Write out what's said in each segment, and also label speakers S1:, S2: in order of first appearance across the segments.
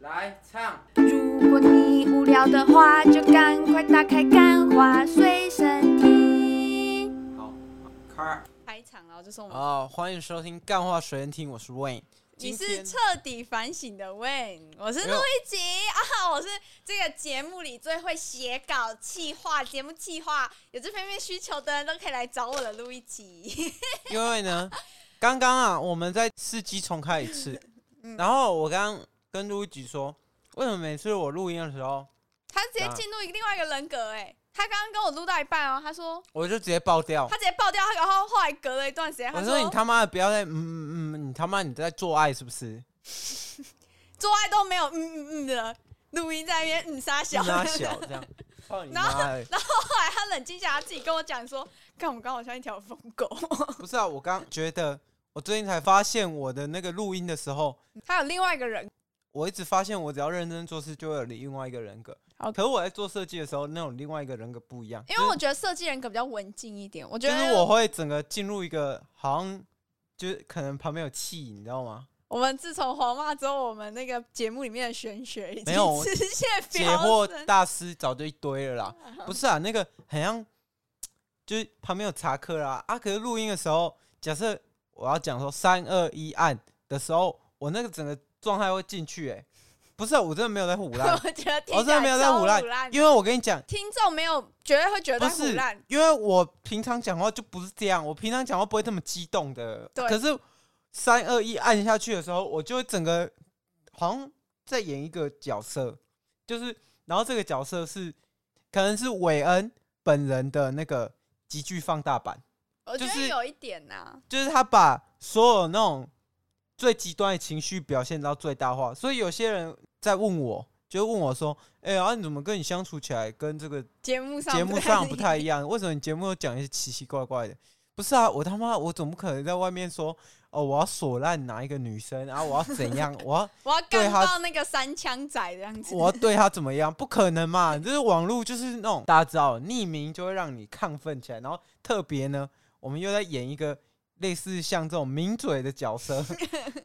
S1: 来唱。
S2: 如果你无聊的话，就赶快打开《干花随身听》。
S1: 好，开。
S3: 开场，然后就送我们。
S4: 哦，欢迎收听《干话随身听》，我是 Wayne。
S3: 你
S4: 今
S3: 是
S4: 天
S3: 彻底反省的 Wayne，我是
S4: 没
S3: 陆
S4: 有
S3: 一吉啊，我是这个节目里最会写稿、企划、节目企划，有这方面需求的人都可以来找我的陆一吉。
S4: 因为呢，刚刚啊，我们在试机重开一次，
S3: 嗯
S4: 然后我刚刚跟陆一吉说，为什么每次我录音的时候，
S3: 他直接进入另外一个人格、哎，他刚刚跟我录到一半哦，他说
S4: 我就直接爆掉
S3: 他？直接爆掉，然后后来隔了一段时间，他
S4: 我说你他妈的不要再嗯嗯嗯，你他妈你在做爱是不是？
S3: 做爱都没有嗯嗯嗯的，录音在那边嗯撒小，
S4: 你妈小这样，操你妈的！
S3: 后来他冷静下来，他自己跟我讲说，看我们刚好像一条疯 狗。
S4: 不是啊，我刚觉得，我最近才发现我的那个录音的时候，
S3: 还有另外一个人，
S4: 我一直发现我只要认真做事，就会有另外一个人格。
S3: 好
S4: 可是我在做设计的时候，那种另外一个人格不一样，
S3: 因
S4: 就
S3: 为
S4: 是
S3: 我觉得设计人格比较文静一点，我觉
S4: 就是
S3: 得
S4: 我会整个进入一个好像就是可能旁边有气，你知道吗？
S3: 我们自从黄骂之后，我们那个节目里面的玄学已经
S4: 没有我
S3: 直线
S4: 解
S3: 飙
S4: 惑
S3: 升。
S4: 大师早就一堆了啦， 不是啊，那个很像就是旁边有查克啦啊。可是录音的时候，假设我要讲说三二一按的时候，我那个整个状态会进去、欸，不是啊、我真的没有在胡 乱，
S3: 我觉得听
S4: 我真
S3: 起
S4: 的
S3: 来
S4: 哦没有在
S3: 超
S4: 胡
S3: 胡
S4: 乱，因为我跟你讲。
S3: 听众没有绝对会觉
S4: 不
S3: 得胡
S4: 是
S3: 乱，，
S4: 因为我平常讲话就不是这样，我平常讲话不会这么激动的。
S3: 对
S4: 可是三二一按下去的时候，我就会整个好像在演一个角色，就是然后这个角色是可能是韦恩本人的那个极具放大版，
S3: 我觉
S4: 就
S3: 得
S4: 是
S3: 有一点呐、
S4: 就是他把所有那种最极端的情绪表现到最大化。所以有些人在问我，就问我说：“哎、呀、啊你怎么跟你相处起来跟这个
S3: 节目上
S4: 节目上不太
S3: 一
S4: 一样，为什么你节目都讲一些奇奇怪怪的？不是啊，我他妈我总不可能在外面说哦，我要锁烂哪一个女生，然、后我要怎样，我 要
S3: 我要
S4: 对
S3: 干
S4: 他
S3: 爆那个三枪仔这样子。
S4: 我要对她怎么样？不可能嘛！就是网络就是那种大家知道，匿名就会让你亢奋起来，然后特别呢，我们又在演一个类似像这种名嘴的角 色，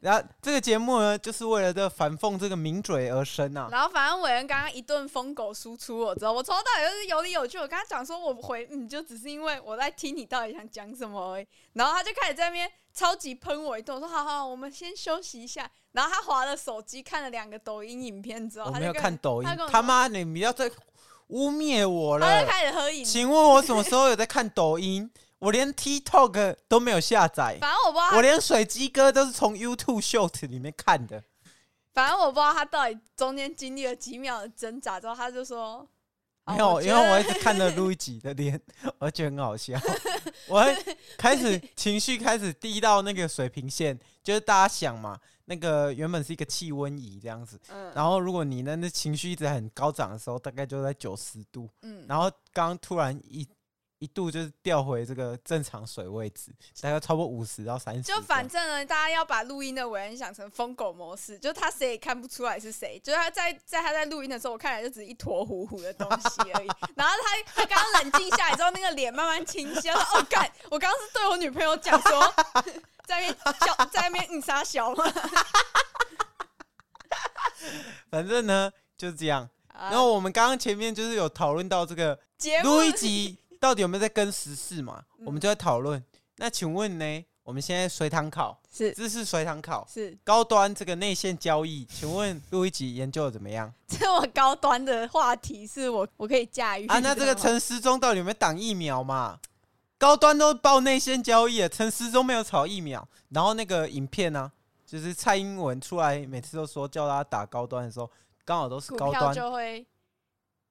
S4: 然后这个节目呢，就是为了这反讽这个名嘴而生啊。
S3: 然后反正伟恩刚刚一顿疯狗输出嗯我之后，我从头到尾就是有理有据。我跟他讲说，我回嗯，就只是因为我在听你到底想讲什么而已。然后他就开始在那边超级喷我一顿，我说好好，好我们先休息一下。然后他划了手机，看了两个抖音影片之后，
S4: 我
S3: 他
S4: 没
S3: 就
S4: 有
S3: 跟
S4: 看抖音
S3: 他跟，我
S4: 他妈你不要再污蔑我了。
S3: 他就开始喝饮。
S4: 请问我什么时候有在看抖音？ 我连 TikTok 都没有下载，
S3: 反正我不知道
S4: 我
S3: 他，
S4: 连水鸡哥都是从 YouTube Short 里面看的。
S3: 反正我不知道他到底中间经历了几秒的挣扎之后，他就说好
S4: 没有，
S3: 哦我觉
S4: 因
S3: 得
S4: 为我一直看着路易吉的脸， 我觉得很好 笑。我会开始情绪开始低到那个水平线，就是大家想嘛，那个原本是一个气温仪这样子，
S3: 嗯
S4: 然后如果你呢那情绪一直很高涨的时候，大概就在九十度，
S3: 嗯，
S4: 然后刚刚突然一一度就是调回这个正常水位置，大概超过五十到三十。
S3: 就反正呢，大家要把录音的韦恩想成疯狗模式，就他谁也看不出来是谁，就是他在在他在录音的时候，我看起来就只是一坨糊糊的东西而已。 然后他他刚刚冷静下来之后，那个脸慢慢清晰，他说：“ 哦，干，我刚刚是对我女朋友讲说， 在那边笑，在那边嗯撒小 嘛。
S4: 反正呢就是这样。
S3: 啊
S4: 然后我们刚刚前面就是有讨论到这个
S3: 节目
S4: 录一集到底有没有在跟时事嘛，
S3: 嗯
S4: 我们就在讨论。那请问呢，我们现在随堂考，
S3: 是
S4: 知识随堂考，
S3: 是，
S4: 高端这个内线交易，请问录一集研究的怎么样
S3: 这么高端的话题是我我可以驾驭
S4: 啊？那这个
S3: 成
S4: 陈思中到底有没有挡疫苗嘛？高端都报内线交易了，陈思中没有炒疫苗。然后那个影片呢、就是蔡英文出来每次都说叫大家打高端的时候，刚好都是
S3: 股
S4: 高
S3: 票
S4: 端
S3: 就会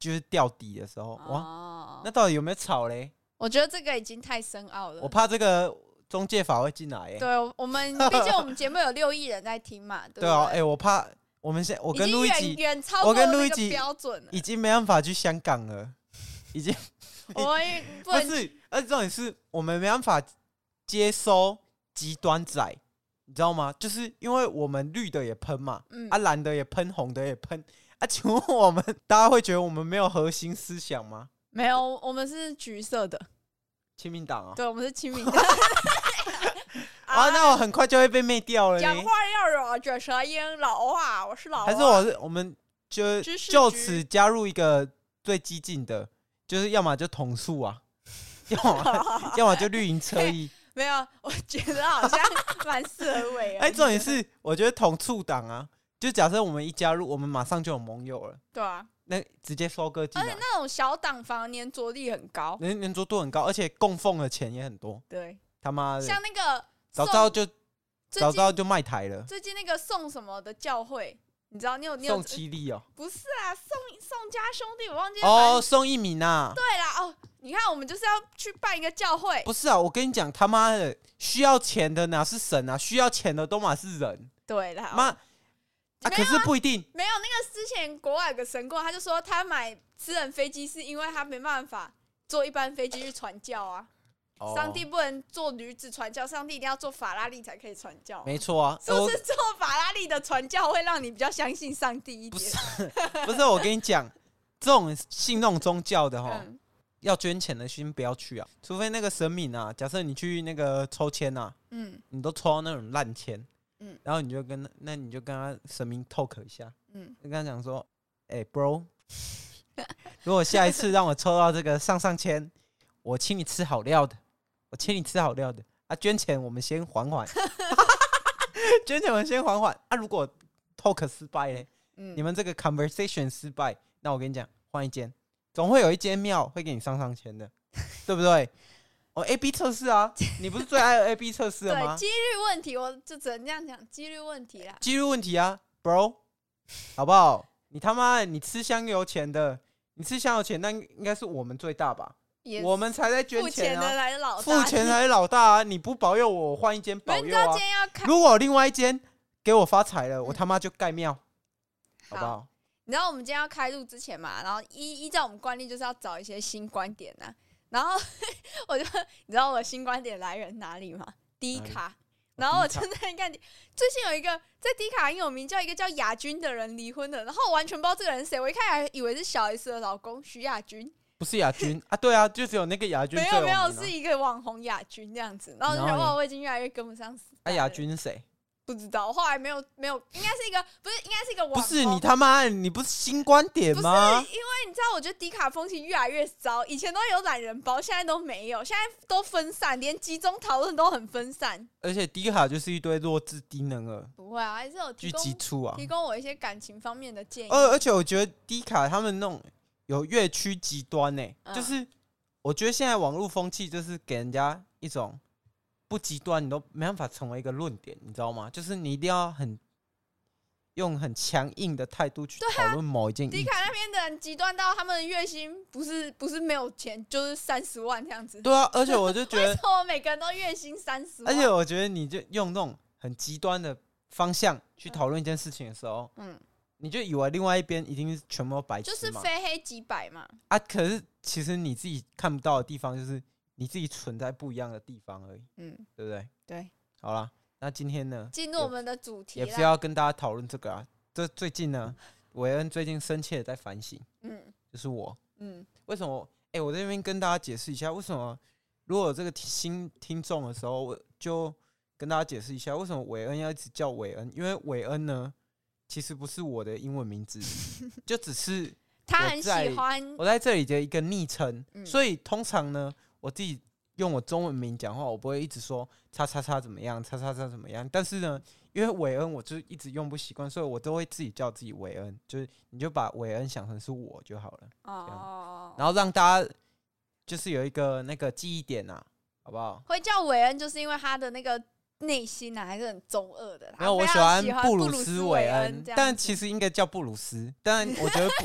S4: 就是掉底的时候，哇，
S3: 哦
S4: 那。到底有没有炒嘞？
S3: 我觉得这个已经太深奥了。
S4: 我怕这个中介法会进来、欸，
S3: 对，我我们毕竟我们节目有六亿人在听 嘛，对不
S4: 对啊，哎、我怕我们现我
S3: 我
S4: 跟路
S3: 已
S4: 易
S3: 经远
S4: 吉
S3: 远超
S4: 我
S3: 过
S4: 跟
S3: 那
S4: 路易
S3: 个
S4: 吉
S3: 标准了
S4: 已，经没办法去香港了，已经
S3: 我们不
S4: 不
S3: 能
S4: 是，而且重点是我们没办法接收极端仔，你知道吗？就是因为我们绿的也喷嘛，
S3: 嗯
S4: 啊蓝的也喷，红的也喷，啊，请问我们大家会觉得我们没有核心思想吗？
S3: 没有，我们是橘色的，
S4: 亲民党啊，
S3: 对，我们是亲民党。
S4: 啊，那我很快就会被灭掉了呢。
S3: 讲话要有卷舌音，老啊，我是老啊。
S4: 还是我是我们就
S3: 知识
S4: 就
S3: 局
S4: 此加入一个最激进的，就是要么就统速啊，要么要么就绿营车衣。
S3: 没有，我觉得好像蛮适合 伟恩。
S4: 哎，重点是我觉得统促党啊，就假设我们一加入，我们马上就有盟友了，
S3: 对啊，
S4: 那直接收割进
S3: 而且
S4: 来，
S3: 那种小党反而粘着力很高。
S4: 粘粘着度很高，而且供奉的钱也很多。
S3: 对，
S4: 他妈的，
S3: 像那个
S4: 早
S3: 宋
S4: 知道就
S3: 最
S4: 早知
S3: 近
S4: 道就卖台了，
S3: 最近那个宋什么的教会，你知道你有你有
S4: 送七力哦，
S3: 不是啊？宋宋家兄弟，我忘记
S4: 哦，
S3: 反正
S4: 送一米呐。
S3: 对啦哦，你看我们就是要去办一个教会，
S4: 不是啊，我跟你讲，他妈的，需要钱的哪是神啊？需要钱的都嘛是人，
S3: 对啦，
S4: 妈、啊，
S3: 没
S4: 可
S3: 有
S4: 是不一定，
S3: 没有，那个之前国外有个神棍，他就说他买私人飞机是因为他没办法坐一般飞机去传教啊，
S4: 哦
S3: 上帝不能坐驴子传教，上帝一定要坐法拉利才可以传教啊、
S4: 没错啊，
S3: 是不是坐法拉利的传教会让你比较相信上帝一
S4: 不
S3: 点
S4: 是？我不是我跟你讲，这种信那种宗教的哈，
S3: 嗯，
S4: 要捐钱的先不要去啊，除非那个神明啊，假设你去那个抽签啊，
S3: 嗯
S4: 你都抽到那种烂签，
S3: 嗯
S4: 然后你就跟那你就跟他神明 talk 一下，
S3: 嗯，
S4: 跟他讲说，哎、b r o 如果下一次让我抽到这个上上签，我请你吃好料的，我请你吃好料的啊，捐钱我们先缓缓， 捐钱我们先缓缓啊，如果 talk 失败嘞，
S3: 嗯
S4: 你们这个 conversation 失败，那我跟你讲，换一间，总会有一间庙会给你上上签的， 对不对？我 A B 测试啊，你不是最爱 A B 测试了吗
S3: 对？几率问题，我就只能这样讲，几率问题啦。
S4: 几率问题啊，bro，好不好？你他妈的，你吃香油钱的，你吃香油钱，那应该是我们最大吧？
S3: 也
S4: 我们才在捐
S3: 付
S4: 钱
S3: 的
S4: 啊，
S3: 来老大，
S4: 付钱才是老大啊！你不保佑我，我换一间
S3: 没
S4: 保
S3: 有你知
S4: 佑
S3: 道
S4: 啊
S3: 今！天要看，
S4: 如果另外一间给我发财了，我他妈就盖庙，好不好？
S3: 你知道我们今天要开录之前嘛，然后依依照我们惯例就是要找一些新观点呐、然后 我就你知道我的新观点来源哪里吗？迪
S4: 哪里
S3: 卡。然后我
S4: 迪
S3: 就
S4: 卡
S3: 在看，最近有一个在迪卡很有名，叫一个叫亚军的人离婚了，然后我完全不知道这个人是谁，我一开始以为是小 S 的老公徐亚军，
S4: 不是亚军 啊，对啊，就只有那个亚军
S3: 没
S4: 最
S3: 有没
S4: 名啊
S3: 有是一个网红亚军这样子，然后我就觉
S4: 然
S3: 得
S4: 后呢
S3: 哇，我已经越来越跟不上时
S4: 啊
S3: 代了。
S4: 亚军是谁？
S3: 不知道，后来没有没有，应该是一个不是应该是一个网
S4: 不
S3: 红
S4: 是你他妈，你不是新观点
S3: 不是，
S4: 吗？
S3: 因为你知道，我觉得迪卡风气越来越糟。以前都有懒人包，现在都没有，现在都分散，连集中讨论都很分散。
S4: 而且迪卡就是一堆弱智低能儿，
S3: 不会啊，还是有提
S4: 狙
S3: 供
S4: 击处啊！呃
S3: 提供我一些感情方面的建议。
S4: 而而且我觉得低卡他们那种有越趋极端呢、
S3: 嗯
S4: 就是我觉得现在网络风气就是给人家一种不极端，你都没办法成为一个论点，你知道吗？就是你一定要很用很强硬的态度去讨论某一件议
S3: 啊迪
S4: 题。
S3: 卡那边的人极端到他们的月薪不是不是没有钱，就是三十万这样子。
S4: 对啊，而且我就觉
S3: 为
S4: 得
S3: 什，么每个人都月薪三十
S4: 而
S3: 万？
S4: 且我觉得你就用那种很极端的方向去讨论一件事情的时候，
S3: 嗯，
S4: 你就以为另外一边一定是全部都白痴
S3: 就是
S4: 嘛？
S3: 非黑即白嘛。
S4: 啊，可是其实你自己看不到的地方，就是你自己存在不一样的地方而已，
S3: 嗯，
S4: 对不对？
S3: 对。
S4: 好啦，那今天呢，
S3: 进入我们的主题
S4: 也不
S3: 啦
S4: 是。要跟大家讨论这个啊。这最近呢，韦恩最近深切的在反省，
S3: 嗯
S4: 就是我
S3: 嗯
S4: 为什么？哎、我这边跟大家解释一下，为什么如果有这个听新听众的时候，我就跟大家解释一下，为什么韦恩要一直叫韦恩，因为韦恩呢，其实不是我的英文名字，就只是
S3: 他
S4: 我
S3: 很
S4: 在
S3: 喜欢
S4: 我在这里的一个昵称，
S3: 嗯
S4: 所以通常呢，我自己用我中文名讲话，我不会一直说叉叉叉怎么样，叉叉叉怎么样。但是呢，因为韦恩我就是一直用不习惯，所以我都会自己叫自己韦恩，就是你就把韦恩想成是我就好了，
S3: 哦，
S4: 然后让大家就是有一个那个记忆点呐、啊，好不好？
S3: 会叫韦恩，就是因为他的那个内心啊，还是很中二的啦。
S4: 没有，我
S3: 非
S4: 喜
S3: 常
S4: 欢
S3: 喜欢
S4: 布
S3: 鲁
S4: 鲁斯
S3: 韦
S4: 韦恩，
S3: 这样
S4: 但
S3: 子
S4: 其实应该叫布鲁斯，但我觉得 不，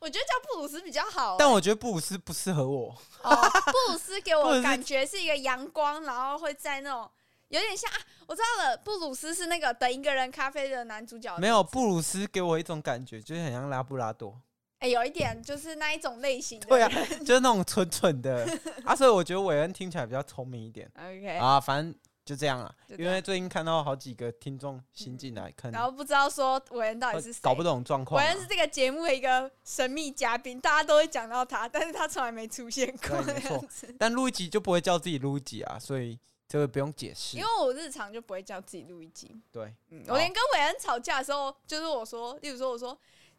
S3: 我觉得叫布鲁斯比较好。
S4: 但我觉得布鲁斯不适合我。
S3: 哦，布鲁斯给
S4: 布鲁
S3: 我
S4: 斯
S3: 感觉是一个阳光，然后会在那种有点像啊，我知道了，布鲁斯是那个等一个人咖啡的男主角。
S4: 没有，布鲁斯给我一种感觉，就是很像拉布拉 多。
S3: 哎，有一点就是那一种类型的。
S4: 对啊，就是那种蠢蠢的啊，所以我觉得韦恩听起来比较聪明一点
S3: ，OK，
S4: 啊。反正就这样了，啊
S3: 就这
S4: 因
S3: 样
S4: 为最近看到好几个听众新进来，可
S3: 然
S4: 能
S3: 后不知道说韦恩到底是谁
S4: 呃搞不。懂状况
S3: 韦
S4: 啊。
S3: 恩是这个节目的一个神秘嘉宾，大家都会讲到他，但是他从来没出现过。
S4: 对没错
S3: 这样子
S4: 但录一集就不会叫自己录一集啊，所以这个不用解释
S3: 因为。我日常就不会叫自己录一集。
S4: 对，
S3: 嗯，
S4: 好
S3: 我连跟伟恩吵架的时候，就是我说，例如说我说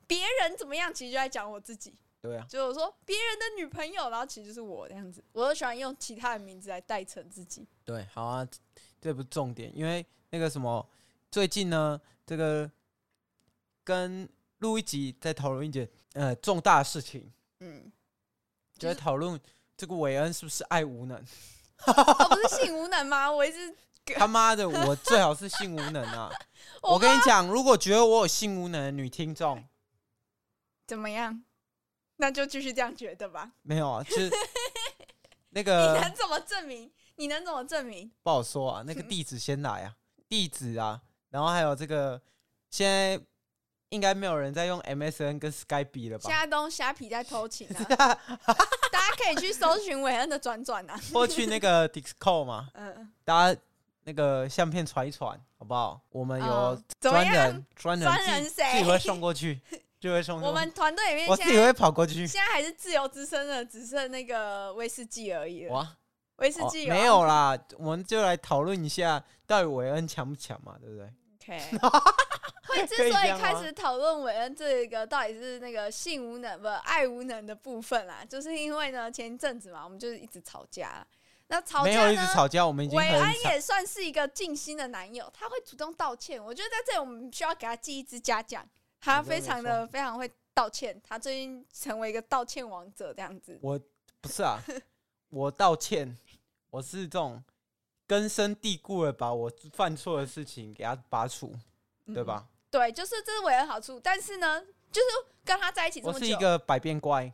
S3: 别人怎么样，其实就在讲我自己。
S4: 对啊，
S3: 就是我说别人的女朋友，然后其实就是我这样子。我都喜欢用其他的名字来代称自己。
S4: 对，好啊，这这不是重点，因为那个什么，最近呢，这个跟录一集在讨论一件呃重大的事情，
S3: 嗯，
S4: 就在讨论这个韦恩是不是爱无能。
S3: 我哦不是性无能吗？我一直
S4: 他妈的，我最好是性无能啊！
S3: 我
S4: 我跟你讲，如果觉得我有性无能的女听众，
S3: 怎么样？那就继续这样觉得吧。
S4: 没有啊，就是那
S3: 你
S4: 个
S3: 能怎么证明？你能怎么证明？
S4: 不好说啊，那个地址先来啊，地址啊，然后还有这个，现在应该没有人在用 MSN 跟 Skype 了
S3: 现
S4: 吧？
S3: 在都虾皮在偷情啊！ 大家可以去搜寻韦恩的转转 啊。
S4: 或去那个 Discord 嘛，
S3: 嗯，
S4: 大家那个相片传一传，好不好？我们有
S3: 嗯怎么
S4: 专
S3: 样
S4: 人？，专人
S3: 专
S4: 自己
S3: 人
S4: 自己
S3: 谁
S4: 会送过 去，就会送过去。
S3: 我们团队里面
S4: 我自
S3: 现
S4: 己
S3: 在
S4: 会跑过去。
S3: 现在还是自由之身的，只剩那个威士忌而已了。
S4: 哇！
S3: 威士
S4: 哦
S3: 忌、啊
S4: 没有啦，我们就来讨论一下到底韦恩强不强嘛，对不对？
S3: OK，会之
S4: 可以
S3: 所
S4: 这
S3: 以
S4: 样
S3: 开
S4: 吗
S3: 始讨论韦恩这个到底是那个性无能不爱无能的部分啦，就是因为呢前一阵子嘛，我们就是一直吵架，那吵
S4: 没
S3: 架
S4: 有一直
S3: 呢，
S4: 吵架，我们已经
S3: 韦
S4: 很
S3: 恩
S4: 吵
S3: 也算是一个尽心的男友，他会主动道歉，我觉得在这里我们需要给他记一支嘉奖，他
S4: 嗯没错
S3: 非常
S4: 没
S3: 的非常会道歉，他最近成为一个道歉王者这样子。
S4: 我不是啊，我道歉，我是这种根深蒂固的把我犯错的事情给他拔除，对吧？
S3: 嗯对，就是这是韦恩好处，但是呢，就是跟他在一起这
S4: 我
S3: 么久，
S4: 是一个百变怪，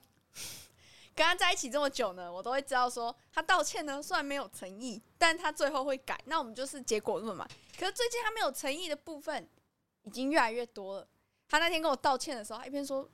S3: 跟他在一起这么久呢，我都会知道说他道歉呢虽然没有诚意，但他最后会改。那我们就是结果论嘛。可是最近他没有诚意的部分已经越来越多了。他那天跟我道歉的时候，他一边说：“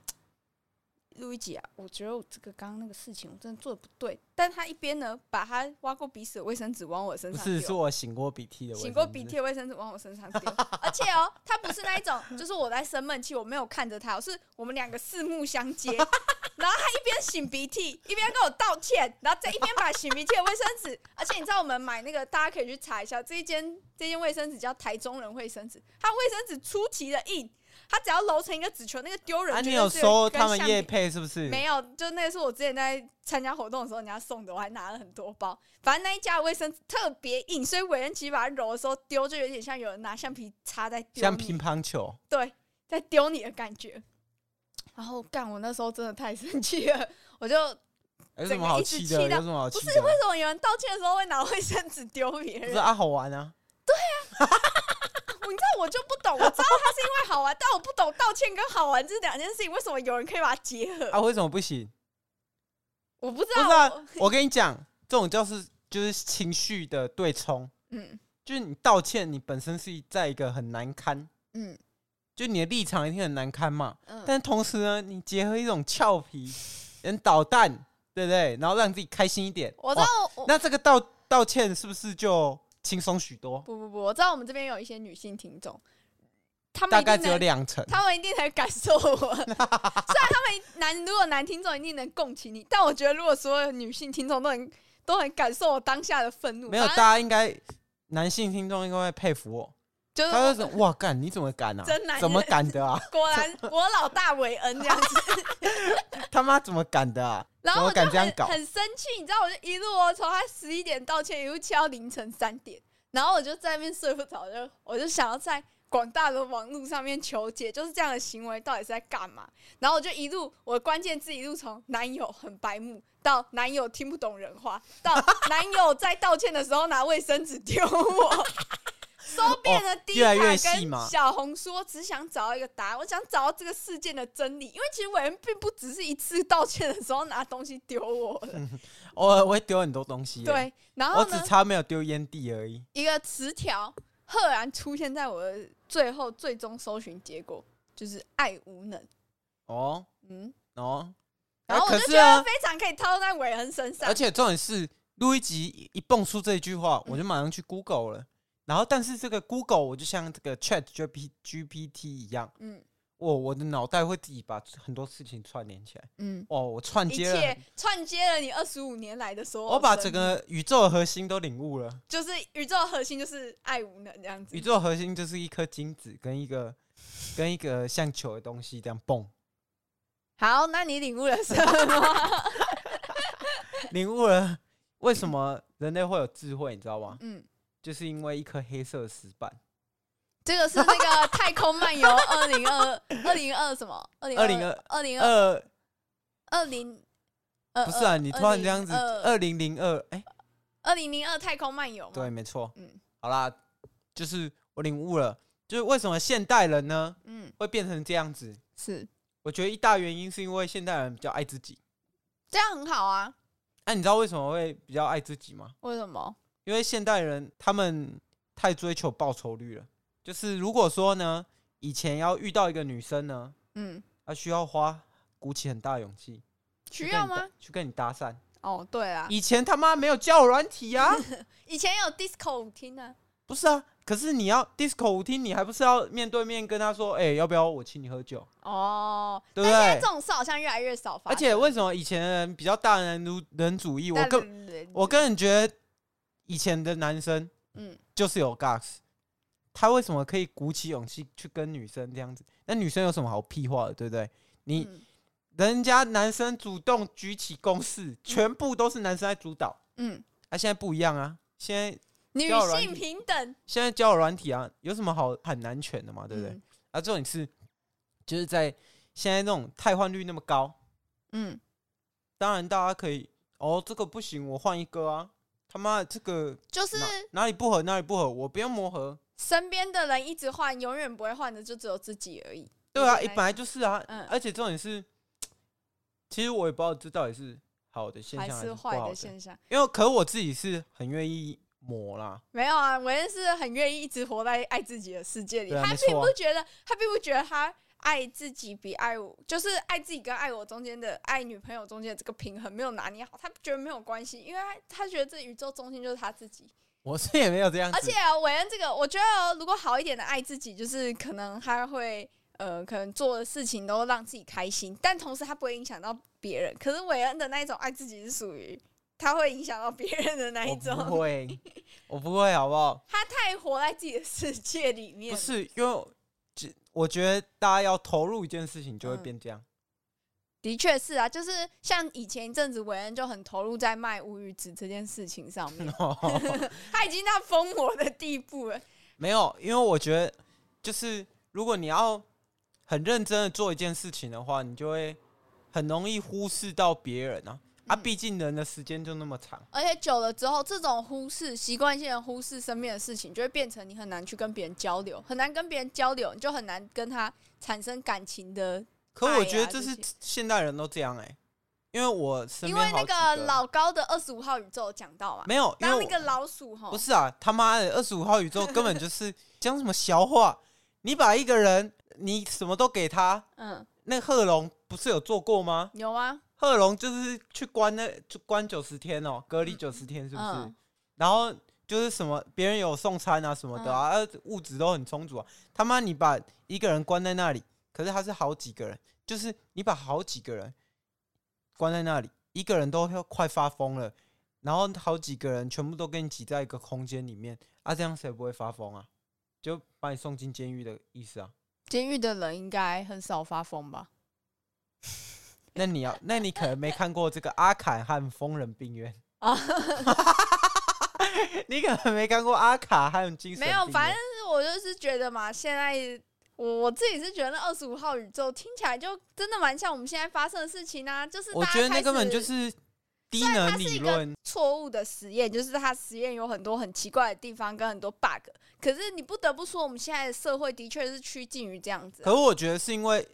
S3: 陆一姐啊，我觉得我这个刚刚那个事情我真的做的不对。”但他一边呢把他挖过鼻屎的卫生纸往我身
S4: 不
S3: 上
S4: 是，是
S3: 丢。
S4: 我擤过鼻涕的，
S3: 醒过鼻涕，的卫生纸往我身上 丢，而且哦，他不是那一种，就是我在生闷气，我没有看着他，我是我们两个四目相 接，然后他一边擤鼻涕，一边跟我道歉，然后再一边把擤鼻涕的卫生纸， 而且你知道我们买那个，大家可以去查一下，这一间这间卫生纸叫台中人卫生纸，它卫生纸出奇的硬，它只要揉成一个纸球，那个丢人
S4: 啊，
S3: 绝对
S4: 你
S3: 是
S4: 有收
S3: 跟
S4: 他们
S3: 橡
S4: 叶
S3: 皮
S4: 配是不是？
S3: 没有，就那个是我之前在参加活动的时候人家送的，我还拿了很多包。反正那一家的卫生纸特别硬，所以伟人其实把它揉的时候丢，就有点像有人拿橡皮擦在丢
S4: 像
S3: 你
S4: 乒，乓球，
S3: 对，在丢你的感觉。然后干，我那时候真的太 生气了，我就为
S4: 有什
S3: 整
S4: 么
S3: 个
S4: 好
S3: 一直
S4: 气
S3: 气
S4: 的？有
S3: 到
S4: 什么好
S3: 不
S4: 气
S3: 是
S4: 的？
S3: 什么有人道歉的时候会拿卫生纸丢别
S4: 不
S3: 人
S4: 是？啊，好玩啊！
S3: 你知道我就不懂，我知道它是因为好玩，但我不懂道歉跟好玩这两件事情为什么有人可以把它结合，
S4: 啊，为什么不行？
S3: 我不知
S4: 不
S3: 道。
S4: 是啊
S3: 我，
S4: 我跟你讲，这种就是就是情绪的对冲。
S3: 嗯
S4: 就是你道歉，你本身是在一个很难堪，
S3: 嗯
S4: 就你的立场一定很难堪嘛。
S3: 嗯，
S4: 但同时呢，你结合一种俏皮、人捣蛋，对不对？然后让自己开心一点。
S3: 我知道
S4: 哇
S3: 我
S4: 那这个道道歉是不是就轻松许多？
S3: 不不不，我知道我们这边有一些女性听众，他们
S4: 大
S3: 一定
S4: 概只有
S3: 能
S4: 两成。
S3: 他们一定能感受我。虽 然他们男如果男听众一定能共情你，但我觉得如果所有女性听众都能都能感受我当下的愤怒，
S4: 没有，大
S3: 反正
S4: 家应该男性听众应该会佩服我。
S3: 就是
S4: 他
S3: 呃我
S4: 就说：“哇，干，你怎么敢啊？
S3: 真男人
S4: 怎么敢的 啊？
S3: 果然我老大韦恩这 样子，
S4: 他妈怎么敢的啊？
S3: 然
S4: 怎
S3: 后我
S4: 么
S3: 就
S4: 敢这样
S3: 很
S4: 搞？
S3: 很生气，你知道，我就一路哦从他十一点道歉，一路气到凌晨三点，然后我就在那边睡不着，就我就想要在广大的网络上面求解，就是这样的行为到底是在干嘛？然后我就一路我的关键字一路从男友很白目到男友听不懂人话，到男友在道歉的时候拿卫生纸丢我。 搜遍了第一
S4: 越来
S3: 卡
S4: 越细嘛
S3: 跟小红书，我只想找到一个答案，我想找到这个事件的真理。因为其实伟人并不只是一次道歉的时候拿东西丢我 了，
S4: 偶尔我会丢很多东西耶。
S3: 对，然
S4: 我
S3: 后
S4: 只
S3: 呢，
S4: 差没有丢烟蒂而已。
S3: 一个词条赫然出现在我的最后最终搜寻结果，就是爱无能。
S4: 哦，
S3: 嗯，
S4: 哦，
S3: 然后我
S4: 可
S3: 就是觉得
S4: 啊，
S3: 非常可以套在韦恩身上
S4: 而。且重点是录一集一蹦出这一句话，
S3: 嗯
S4: 我就马上去 Google 了。然后，但是这个 Google 我就像这个 Chat G P G P T 一样，
S3: 嗯，
S4: 我我的脑袋会自己把很多事情串联起来。
S3: 嗯，
S4: 哦，我串
S3: 一
S4: 接了
S3: 切
S4: 很，
S3: 串接了你二十五年来的所有生
S4: 我
S3: 命，
S4: 把整个宇宙的核心都领悟了。
S3: 就是宇宙的核心就是爱无能这样子
S4: 宇。宙核心就是一颗精子跟一 个跟一个像球的东西这样蹦，
S3: 好，那你领悟了什 么？
S4: 领悟了为什么人类会有智慧，你知道吗？
S3: 嗯，
S4: 就是因为一颗黑色的石板。
S3: 这个是那个《太空漫游》二 零二二零二什么？二零
S4: 2022
S3: 二零二
S4: 二
S3: 二零呃
S4: 不是啊，你突然这样子，
S3: 二
S4: 二零零二，哎，
S3: 二零零二《太空漫游》嘛
S4: 对，，没错，
S3: 嗯
S4: 好啦，就是我领悟了，就是为什么现代人呢
S3: 嗯，
S4: 会变成这样子？
S3: 是
S4: 我觉得一大原因是因为现代人比较爱自己。
S3: 这样很好啊。
S4: 哎、你知道为什么会比较爱自己吗？
S3: 为什么？
S4: 因为现代人他们太追求报酬率了。就是如果说呢，以前要遇到一个女生呢，
S3: 嗯，
S4: 她需要花鼓起很大的勇气，去
S3: 需
S4: 跟
S3: 要
S4: 你搭
S3: 吗？？
S4: 去跟你搭讪。
S3: 哦，对啦，
S4: 以前他妈没有交友软体啊，
S3: 以前有 disco 舞厅啊，
S4: 不是啊？可是你要 disco 舞厅，你还不是要面对面跟他说，哎、要不要我请你喝酒？
S3: 哦，
S4: 对不
S3: 但现在
S4: 对
S3: 这种事好像越来越少发
S4: 而
S3: 生，
S4: 且为什么以前的人比较大男主人主义？我
S3: 但
S4: 个我个人觉得，以前的男生
S3: 嗯，
S4: 就是有 gas，他为什么可以鼓起勇气去跟女生这样子？那女生有什么好屁话的，对不对？你、
S3: 嗯
S4: 人家男生主动举起攻势，全部都是男生在主导。
S3: 嗯，
S4: 啊，现在不一样啊，现在
S3: 女
S4: 交友软
S3: 性
S4: 体
S3: 平等，
S4: 现在交友软体啊，有什么好很难选的嘛，对不对？
S3: 嗯
S4: 啊，重点是就是在现在那种汰换率那么高，
S3: 嗯，
S4: 当然大家可以哦，这个不行，我换一个啊。他妈的，这个
S3: 就是
S4: 哪哪里不合哪里不合，我不要磨合。
S3: 身边的人一直换，永远不会换的就只有自己而已。
S4: 对啊，
S3: 一直
S4: 一
S3: 在
S4: 本来就是啊，
S3: 嗯
S4: 而且重点是，其实我也不知道这到底是好的现
S3: 还
S4: 象
S3: 是
S4: 是不
S3: 坏
S4: 好
S3: 的
S4: 的，
S3: 现象，
S4: 因为可我自己是很愿意磨啦，
S3: 没有啊，我也是很愿意一直活在爱自己的世界里。
S4: 对啊
S3: 他
S4: 没
S3: 并
S4: 错啊
S3: 不觉得，他并不觉得他爱自己比爱我，就是爱自己跟爱我中间的爱女朋友中间的这个平衡没有拿捏好，他觉得没有关系，因为他他觉得这宇宙中心就是他自己。
S4: 我是也没有这样子，
S3: 而且啊，韦恩这个，我觉得哦如果好一点的爱自己，就是可能他会呃，可能做的事情都让自己开心，但同时他不会影响到别人。可是韦恩的那一种爱自己是属于他会影响到别人的那一
S4: 我不
S3: 种，
S4: 会，我不会，好不好？
S3: 他太活在自己的世界里面。
S4: 不是因为只我觉得大家要投入一件事情，就会
S3: 嗯
S4: 变 这样。
S3: 的确是啊，就是像以前一阵子韦恩就很投入在卖乌鱼子这件事情 上面，他已经到疯魔的地步了。
S4: 没有，因为我觉得就是如果你要很认真的做一件事情的话，你就会很容易忽视到别人啊。啊，
S3: 嗯
S4: 毕竟人的时间就那么长。
S3: 而且久了之后，这种忽视、习惯性的忽视身边的事情，就会变成你很难去跟别人交流，很难跟别人交流，你就很难跟他产生感情 的。
S4: 可
S3: 爱
S4: 我觉
S3: 啊
S4: 得这
S3: 这
S4: 是
S3: 些
S4: 现代人都这样哎、因为我身
S3: 因
S4: 边
S3: 为那
S4: 好几
S3: 个老高的二十五号宇宙有讲到嘛，
S4: 没有，因为
S3: 当那
S4: 我
S3: 个老鼠吼
S4: 不，是啊，他妈的二十五号宇宙根本就是 讲什么小话。你把一个人，你什么都给他，
S3: 嗯，
S4: 那贺龙不是有做过吗？
S3: 有啊，
S4: 贺龙就是去关那就关九十天哦，隔离九十天是不是？
S3: 嗯
S4: 然后就是什么别人有送餐啊什么的
S3: 嗯
S4: 啊，呃物质都很充足啊。他妈你把一个人关在那里，可是他是好几个人，就是你把好几个人关在那里，一个人都要快发疯了，然后好几个人全部都跟你挤在一个空间里面啊，这样谁不会发疯啊？就把你送进监狱的意思啊？
S3: 监狱的人应该很少发疯吧？
S4: 那你要，那你可能没看过这个《阿坎和疯人病 院》
S3: 啊，
S4: 你可能没看过《阿卡和精神病
S3: 没
S4: 院》。
S3: 有，反正是我就是觉得嘛，现在我我自己是觉得那二十五号宇宙听起来就真的蛮像我们现在发生的事情啊，就是
S4: 我
S3: 大家
S4: 觉得那
S3: 开
S4: 根本
S3: 始
S4: 就是低
S3: 虽然
S4: 能
S3: 它是
S4: 理
S3: 一个呃
S4: 论。
S3: 错误的实验，就是它实验有很多很奇怪的地方跟很多 bug。可是你不得不说，我们现在的社会的确是趋近于这样子啊、
S4: 可我觉得是因为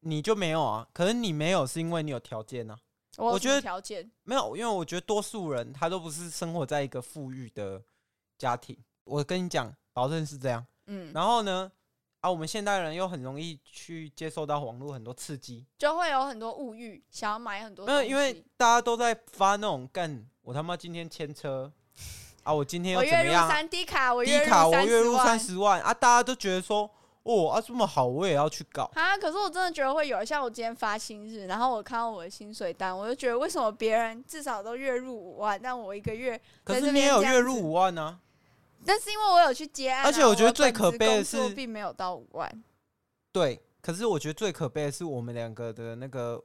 S4: 你就没有啊，可是你没有是因为你有条件啊，
S3: 我有
S4: 我
S3: 什
S4: 觉
S3: 么
S4: 得
S3: 条件，
S4: 没有，因为我觉得多数人他都不是生活在一个富裕的家庭。我跟你讲，保证是这样。
S3: 嗯，
S4: 然后呢，啊，我们现代人又很容易去接受到网络很多刺激，
S3: 就会有很多物欲，想要买很多
S4: 没
S3: 东西。
S4: 有，因为大家都在发那种干，我他妈今天牵车啊，我今天
S3: 我
S4: 又怎
S3: 月
S4: 么
S3: 入
S4: 样啊？
S3: 三 D 卡，我
S4: 低
S3: 月
S4: 卡我
S3: 三
S4: 月
S3: 十
S4: 入三
S3: 万，
S4: 十万啊，大家都觉得说哦啊，这么好，我也要去搞。
S3: 啊！可是我真的觉得会有，像我今天发薪日，然后我看到我的薪水单，我就觉得为什么别人至少都月入五万，但我一个月，
S4: 可
S3: 在
S4: 是
S3: 这
S4: 你也
S3: 边
S4: 有
S3: 这
S4: 月
S3: 样
S4: 入
S3: 子
S4: 五万啊，
S3: 那是因为我有去接案啊、
S4: 而且我觉得
S3: 的
S4: 最
S3: 本
S4: 可
S3: 职
S4: 悲的
S3: 工作
S4: 是
S3: 并没有到五万。
S4: 对。可是我觉得最可悲的是我们两个的那个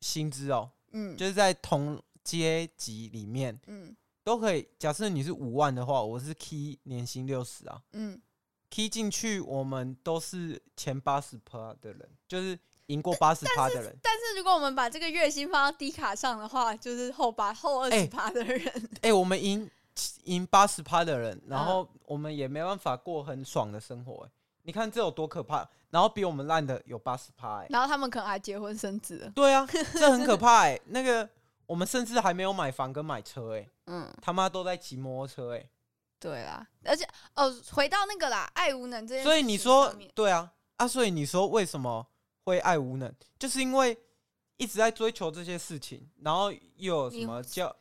S4: 薪资哦，
S3: 嗯
S4: 就是在同阶级里面
S3: 嗯
S4: 都可以。假设你是五万的话，我是 key 年薪六十啊
S3: 嗯，
S4: ，key 进去我们都是前八十趴的人，就是赢过八十趴的人。
S3: 但是如果我们把这个月薪放到低卡上的话，就是后八后二
S4: 哎
S3: 十趴的人，
S4: 哎、我们赢赢八十趴的人，
S3: 嗯
S4: 然后我们也没办法过很爽的生活、哎，你看这有多可怕？然后比我们烂的有八十趴，哎、
S3: 然后他们可能还结婚生子了。
S4: 对 啊，这很可怕哎、那个我们甚至还没有买房跟买车哎、
S3: 嗯，
S4: 他妈都在骑摩托车哎、
S3: 对啦，而且哦，回到那个啦，爱无能这件事情
S4: 所以你说
S3: 上面
S4: 对啊啊，所以你说为什么会爱无能？就是因为一直在追求这些事情，然后又有什
S3: 你
S4: 么叫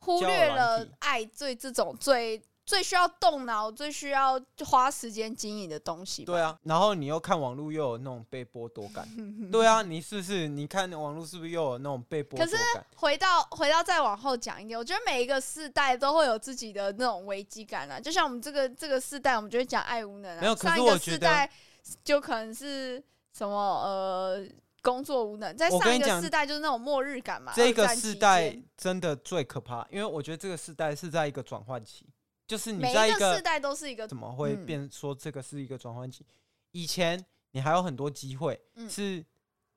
S3: 忽
S4: 交友
S3: 略
S4: 软
S3: 了
S4: 体
S3: 爱最这种最最需要动脑、最需要花时间经营的东西吧。
S4: 对啊？然后你又看网络又有那种被剥夺 感，对啊，你是不是？你看网络是不是又有那种被剥夺
S3: 可是
S4: 感？
S3: 回到回到再往后讲一点，我觉得每一个世代都会有自己的那种危机感啊。就像我们这个这个世代，我们就会讲爱无能、啊。
S4: 没有可是
S3: 上一
S4: 我
S3: 个
S4: 觉
S3: 世
S4: 得
S3: 代就可能是什么呃工作无能，在
S4: 我
S3: 上
S4: 跟
S3: 一
S4: 你
S3: 个
S4: 讲
S3: 世代就是那种末日感嘛。
S4: 这个
S3: 二战
S4: 世
S3: 期
S4: 代
S3: 间
S4: 真的最可怕，因为我觉得这个世代是在一个转换期，就是你
S3: 每
S4: 在
S3: 一个世代都是一个
S4: 怎么会
S3: 嗯
S4: 变说这个是一个转换期？以前你还有很多机会，
S3: 嗯
S4: 是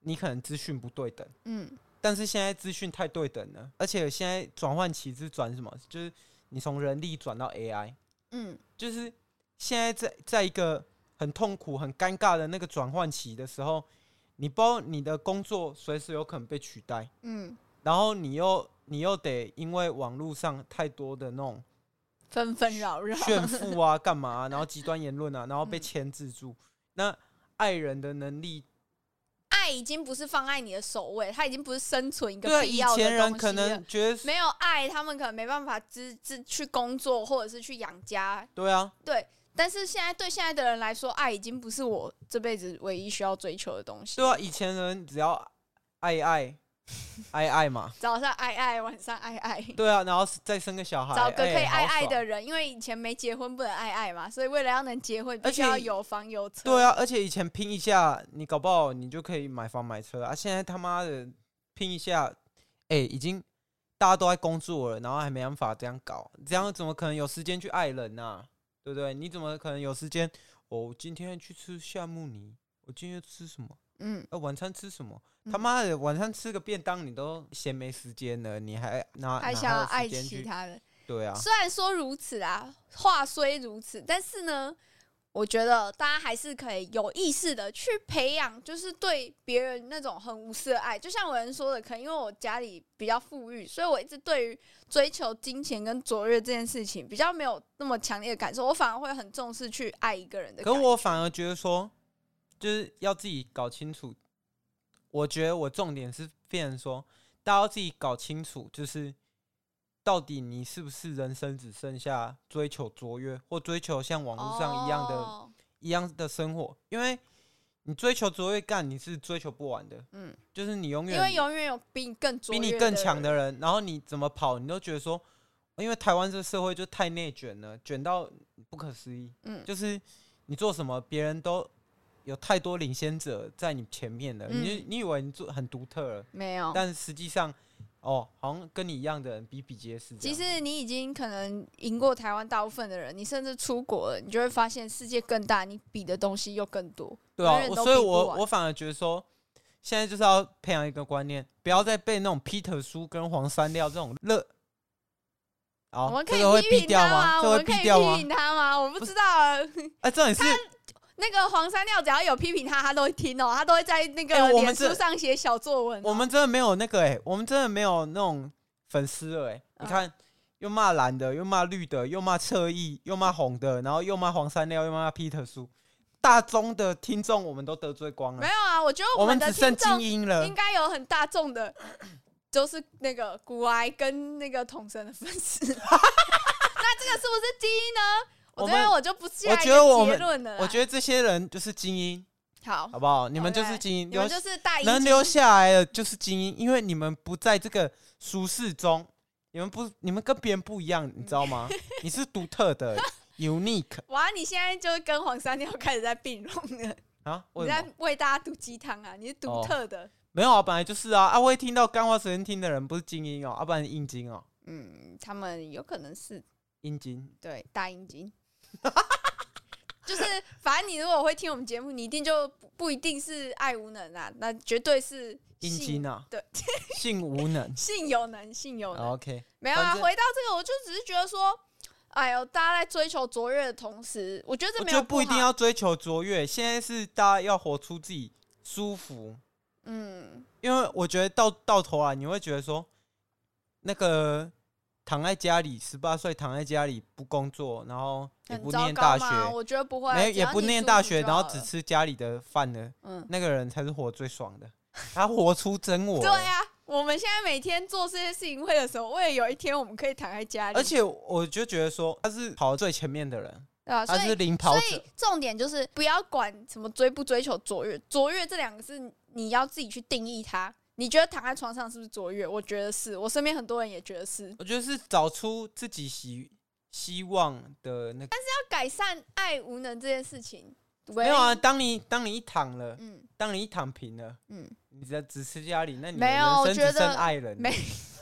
S4: 你可能资讯不对等，
S3: 嗯
S4: 但是现在资讯太对等了，而且现在转换期是转什么？就是你从人力转到 AI，
S3: 嗯
S4: 就是现在在在一个很痛苦、很尴尬的那个转换期的时候，你包你的工作随时有可能被取代，
S3: 嗯，
S4: 然后你又你又得因为网络上太多的那种
S3: 纷纷扰扰。
S4: 炫富啊、干嘛啊、然后极端言论啊，然后被
S3: 嗯
S4: 牵制住。那爱人的能力，
S3: 爱已经不是放在你的首位，它已经不是生存一个
S4: 对啊，
S3: 必
S4: 以
S3: 要的
S4: 前人
S3: 东西
S4: 可
S3: 了
S4: 能。觉得是
S3: 没有爱，他们可能没办法支支去工作，或者是去养家。
S4: 对啊，
S3: 对，但是现在对现在的人来说，爱已经不是我这辈子唯一需要追求的东西。
S4: 对啊，以前人只要爱爱爱爱嘛，
S3: 早上爱爱，晚上爱爱，
S4: 对啊，然后再生个小孩，
S3: 找个可以
S4: 哎好
S3: 爱爱
S4: 爽
S3: 的人，因为以前没结婚不能爱爱嘛，所以为了要能结婚，必须
S4: 而且
S3: 要有房有车。
S4: 对啊，而且以前拼一下，你搞不好你就可以买房买车啊！现在他妈的拼一下，哎、已经大家都在工作了，然后还没办法这样搞，这样怎么可能有时间去爱人呐、对不对？你怎么可能有时间？哦我今天去吃夏目尼，我今天吃什么？
S3: 嗯，
S4: 呃，晚餐吃什么？
S3: 嗯
S4: 他妈的，晚上吃个便当你都嫌没时间了，你还拿
S3: 还想要爱
S4: 啊时间
S3: 其
S4: 去？
S3: 他人。
S4: 对啊，
S3: 虽然说如此啊，话虽如此，但是呢，我觉得大家还是可以有意识的去培养，就是对别人那种很无私的爱。就像有人说的，可能因为我家里比较富裕，所以我一直对于追求金钱跟卓越这件事情比较没有那么强烈的感受，我反而会很重视去爱一个人的
S4: 可
S3: 感觉。
S4: 我反而觉得说，就是要自己搞清楚。我觉得我重点是变成说，大家要自己搞清楚，就是到底你是不是人生只剩下追求卓越，或追求像网络上一样的、
S3: 哦
S4: 一样的生活，因为你追求卓越干，你是追求不完的，
S3: 嗯，
S4: 就是你永
S3: 因为
S4: 远
S3: 永远有比你更卓
S4: 比
S3: 越
S4: 你更强
S3: 的
S4: 的人，然后你怎么跑，你都觉得说，因为台湾这社会就太内卷了，卷到不可思议。
S3: 人，嗯，
S4: 就是你做什么，别人都有太多领先者在你前面了。你
S3: 嗯
S4: 就你以为你做很独特了，
S3: 没有。
S4: 但实际上，哦，好像跟你一样的人比比皆是这
S3: 其
S4: 样。
S3: 实你已经可能赢过台湾大部分的人，你甚至出国了，你就会发现世界更大，你比的东西又更多。
S4: 对啊
S3: 永，远
S4: 我
S3: 都
S4: 所以
S3: 比不
S4: 我
S3: 完
S4: 我反而觉得说，现在就是要培养一个观念，不要再被那种 Peter 叔跟黄山料这种乐。
S3: 我
S4: 好，
S3: 们可
S4: 哦这
S3: 以
S4: 个会
S3: 批
S4: 毙
S3: 评
S4: 掉
S3: 他
S4: 吗？
S3: 吗？
S4: 这
S3: 我
S4: 个会
S3: 们可以
S4: 毙掉
S3: 批
S4: 吗
S3: 评？他吗？我不知道 啊。
S4: 哎，重点是，
S3: 那个黄山料只要有批评他，他都会听哦，他都会在那
S4: 哎
S3: 个
S4: 我们
S3: 脸书
S4: 这
S3: 上写小作文哦。
S4: 我们真的没有那个哎、我们真的没有那种粉丝了哎、你
S3: 嗯
S4: 看，又骂蓝的，又骂绿的，又骂侧翼，又骂红的，然后又骂黄山料，又骂 Peter 叔，大众的听众我们都得罪光
S3: 没
S4: 了，
S3: 有啊，我觉得
S4: 我
S3: 们
S4: 们
S3: 的
S4: 只
S3: 听
S4: 剩精
S3: 众
S4: 英了
S3: 应。该有很大众的， 就是那个 古埃跟那个童声的粉丝。那这个是不是精英呢？我
S4: 我
S3: 觉得
S4: 们
S3: 我就不下
S4: 我
S3: 一
S4: 觉得我
S3: 个
S4: 们
S3: 结论了啦。
S4: 我觉得这些人就是精英，
S3: 得啊哦好，
S4: 好不好？你们就
S3: OK，
S4: 是精英，
S3: 你们
S4: 留
S3: 就是大一
S4: 能留下来的就是精英，因为你们不在这个舒适中，你们不，你们跟别人不一样，你知道 吗？你是独特的，unique
S3: 哇！你现在就跟黄三娘开始在并拢了，
S4: 啊！
S3: 你
S4: 为什
S3: 在
S4: 么？
S3: 喂大家毒鸡汤啊！你是独特的，
S4: 没有啊，本来就是啊，啊，我也听到干话时间听的人不是精英哦，啊，不然是阴精哦，
S3: 嗯，他们有可能是
S4: 阴精。
S3: 对大阴茎， 就是反正你如果会听我们节目，你一定就不不一定是爱无能啊，那绝对是
S4: 阴
S3: 性
S4: 茎啊，
S3: 对，
S4: 性无 能。
S3: 性有能，性有能。
S4: 啊 OK，
S3: 没有啊，
S4: 反正
S3: 回到这个，我就只是觉得说，哎呦，大家在追求卓越的同时，我觉得这
S4: 我
S3: 没
S4: 觉
S3: 有
S4: 得不一定
S3: 好，
S4: 要追求卓越，现在是大家要活出自己舒服，
S3: 嗯，
S4: 因为我觉得到到头来你会觉得说，那个躺在家里，十八岁躺在家里不工作，然后也
S3: 很
S4: 不
S3: 糟
S4: 念
S3: 糕
S4: 大
S3: 吗？
S4: 学，
S3: 我觉得不会啊，
S4: 没有
S3: 只
S4: 也
S3: 要
S4: 不
S3: 你
S4: 念
S3: 舒
S4: 大
S3: 服
S4: 学，
S3: 就
S4: 然后
S3: 好
S4: 只
S3: 了
S4: 吃家里的饭的，
S3: 嗯，
S4: 那个人才是活最爽的，他活出真 我。
S3: 对呀、我们现在每天做这些事情，为了什么？为了有一天我们可以躺在家里，
S4: 而且我就觉得说，他是跑得最前面的人，
S3: 对啊，所
S4: 他
S3: 以
S4: 是领跑
S3: 所
S4: 者
S3: 以。重点就是不要管什么追不追求卓越，卓越这两个字你要自己去定义它。你觉得躺在床上是不是卓越？我觉得是，我身边很多人也觉得是。
S4: 我觉得是找出自己希希望的那个。
S3: 要改善爱无能这件事情，
S4: 没
S3: 没
S4: 有啊，，当你当你一躺了，
S3: 嗯
S4: 当你一躺平了，
S3: 嗯，
S4: 你在只吃家里，那你
S3: 没有我
S4: 的人
S3: 觉
S4: 生只剩
S3: 得
S4: 爱人。
S3: 没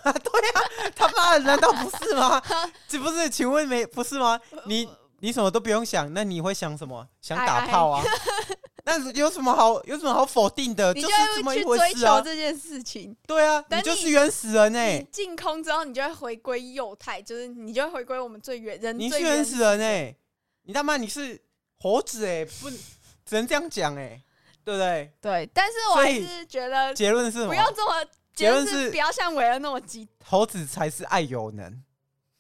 S4: 啊， 对啊，他妈的，难道不是 吗？这不是？请问没不是吗？你你什么都不用想，那你会想什么？想打炮 啊？那有什么好有什么好否定的？
S3: 你
S4: 就
S3: 就是
S4: 呃这么
S3: 会
S4: 一
S3: 去
S4: 回
S3: 追
S4: 事
S3: 求
S4: 啊！
S3: 这件事情。
S4: 对啊，
S3: 等
S4: 你就
S3: 你
S4: 是原始人哎、
S3: 你进空之后，你就会回归幼态，就是你就会回归我们最原人
S4: 你
S3: 最
S4: 是
S3: 原
S4: 原始人哎、你他妈你是猴子哎、不只能这样讲哎、对不对？
S3: 对，但是我
S4: 所
S3: 还
S4: 以
S3: 是觉得
S4: 结论是什
S3: 不
S4: 么？
S3: 要这么，
S4: 结论
S3: 就是不要像韦恩那么激
S4: 猴子才是爱有能。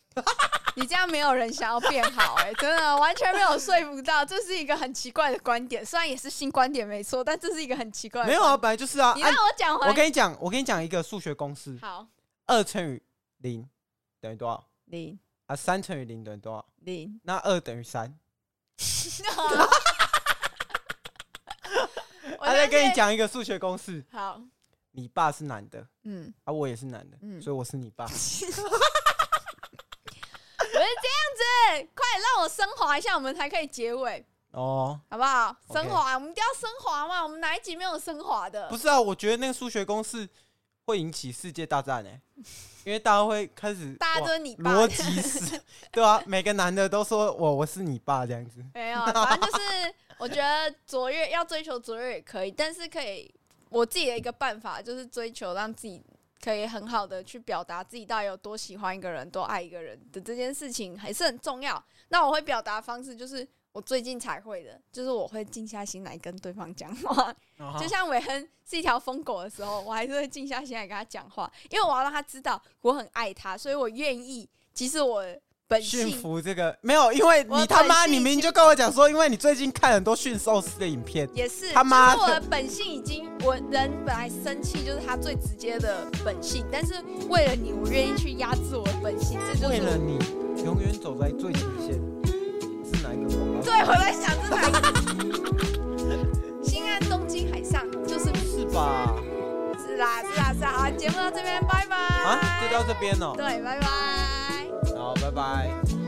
S3: 你这样没有人想要变好、哎，真的完全没有说服到，这是一个很奇怪的观点，虽然也是新观点没错，但这是一个很奇怪的
S4: 没有啊，
S3: 观
S4: 本来就是啊。
S3: 点。你让
S4: 按
S3: 我讲回，
S4: 我跟你讲，我跟你讲一个数学公式：
S3: 好
S4: 二乘以零等于多少？
S3: 零
S4: 啊，三乘以零等于多少？
S3: 零，
S4: 那二等于三。
S3: 我
S4: 他啊再跟
S3: 相
S4: 你
S3: 信
S4: 讲一个数学公式：
S3: 好，
S4: 你爸是男的，
S3: 嗯，
S4: 啊，我也是男的，
S3: 嗯
S4: 所以我是你 爸。
S3: 我是这样子，快让我升华一下，我们才可以结尾，
S4: 哦，
S3: 好不好？
S4: OK
S3: 升华，我们一定要升华嘛，我们哪一集没有升华的？
S4: 不是啊，我觉得那个数学公式会引起世界大战 诶、因为大家会开始
S3: 大家
S4: 哇
S3: 都是你爸
S4: 逻辑 死，对啊，每个男的都说我我是你爸这样子。
S3: 没有，反正就是我觉得卓越要追求卓越也可以，但是可以我自己的一个办法就是追求让自己可以很好的去表达自己到底有多喜欢一个人、多爱一个人的这件事情还是很重要。那我会表达的方式就是我最近才会的，就是我会静下心来跟对方讲话。就像韦恩是一条疯狗的时候，我还是会静下心来跟他讲话，因为我要让他知道我很爱他，所以我愿意，即使我本
S4: 哦驯
S3: 性
S4: 服这个没有，因为
S3: 我
S4: 你他妈，
S3: 本性
S4: 你明明就跟我讲说，因为你最近看很多驯兽师的影片，
S3: 也是，
S4: 他妈
S3: 就是我的
S4: 的
S3: 本性已经，我人本来生气就是他最直接的本性，但是为了你，我愿意去压制我的本性，这就是
S4: 为了
S3: 我
S4: 你永远走在最前线，是哪一个广告？
S3: 对我在想这哪一个？ 心安东京海上就是
S4: 是吧？
S3: 是啦是啦是啦，
S4: 啊
S3: 好，节目到这边，拜拜。
S4: 啊，就到这边了，
S3: 对，拜拜。
S4: 好，拜拜。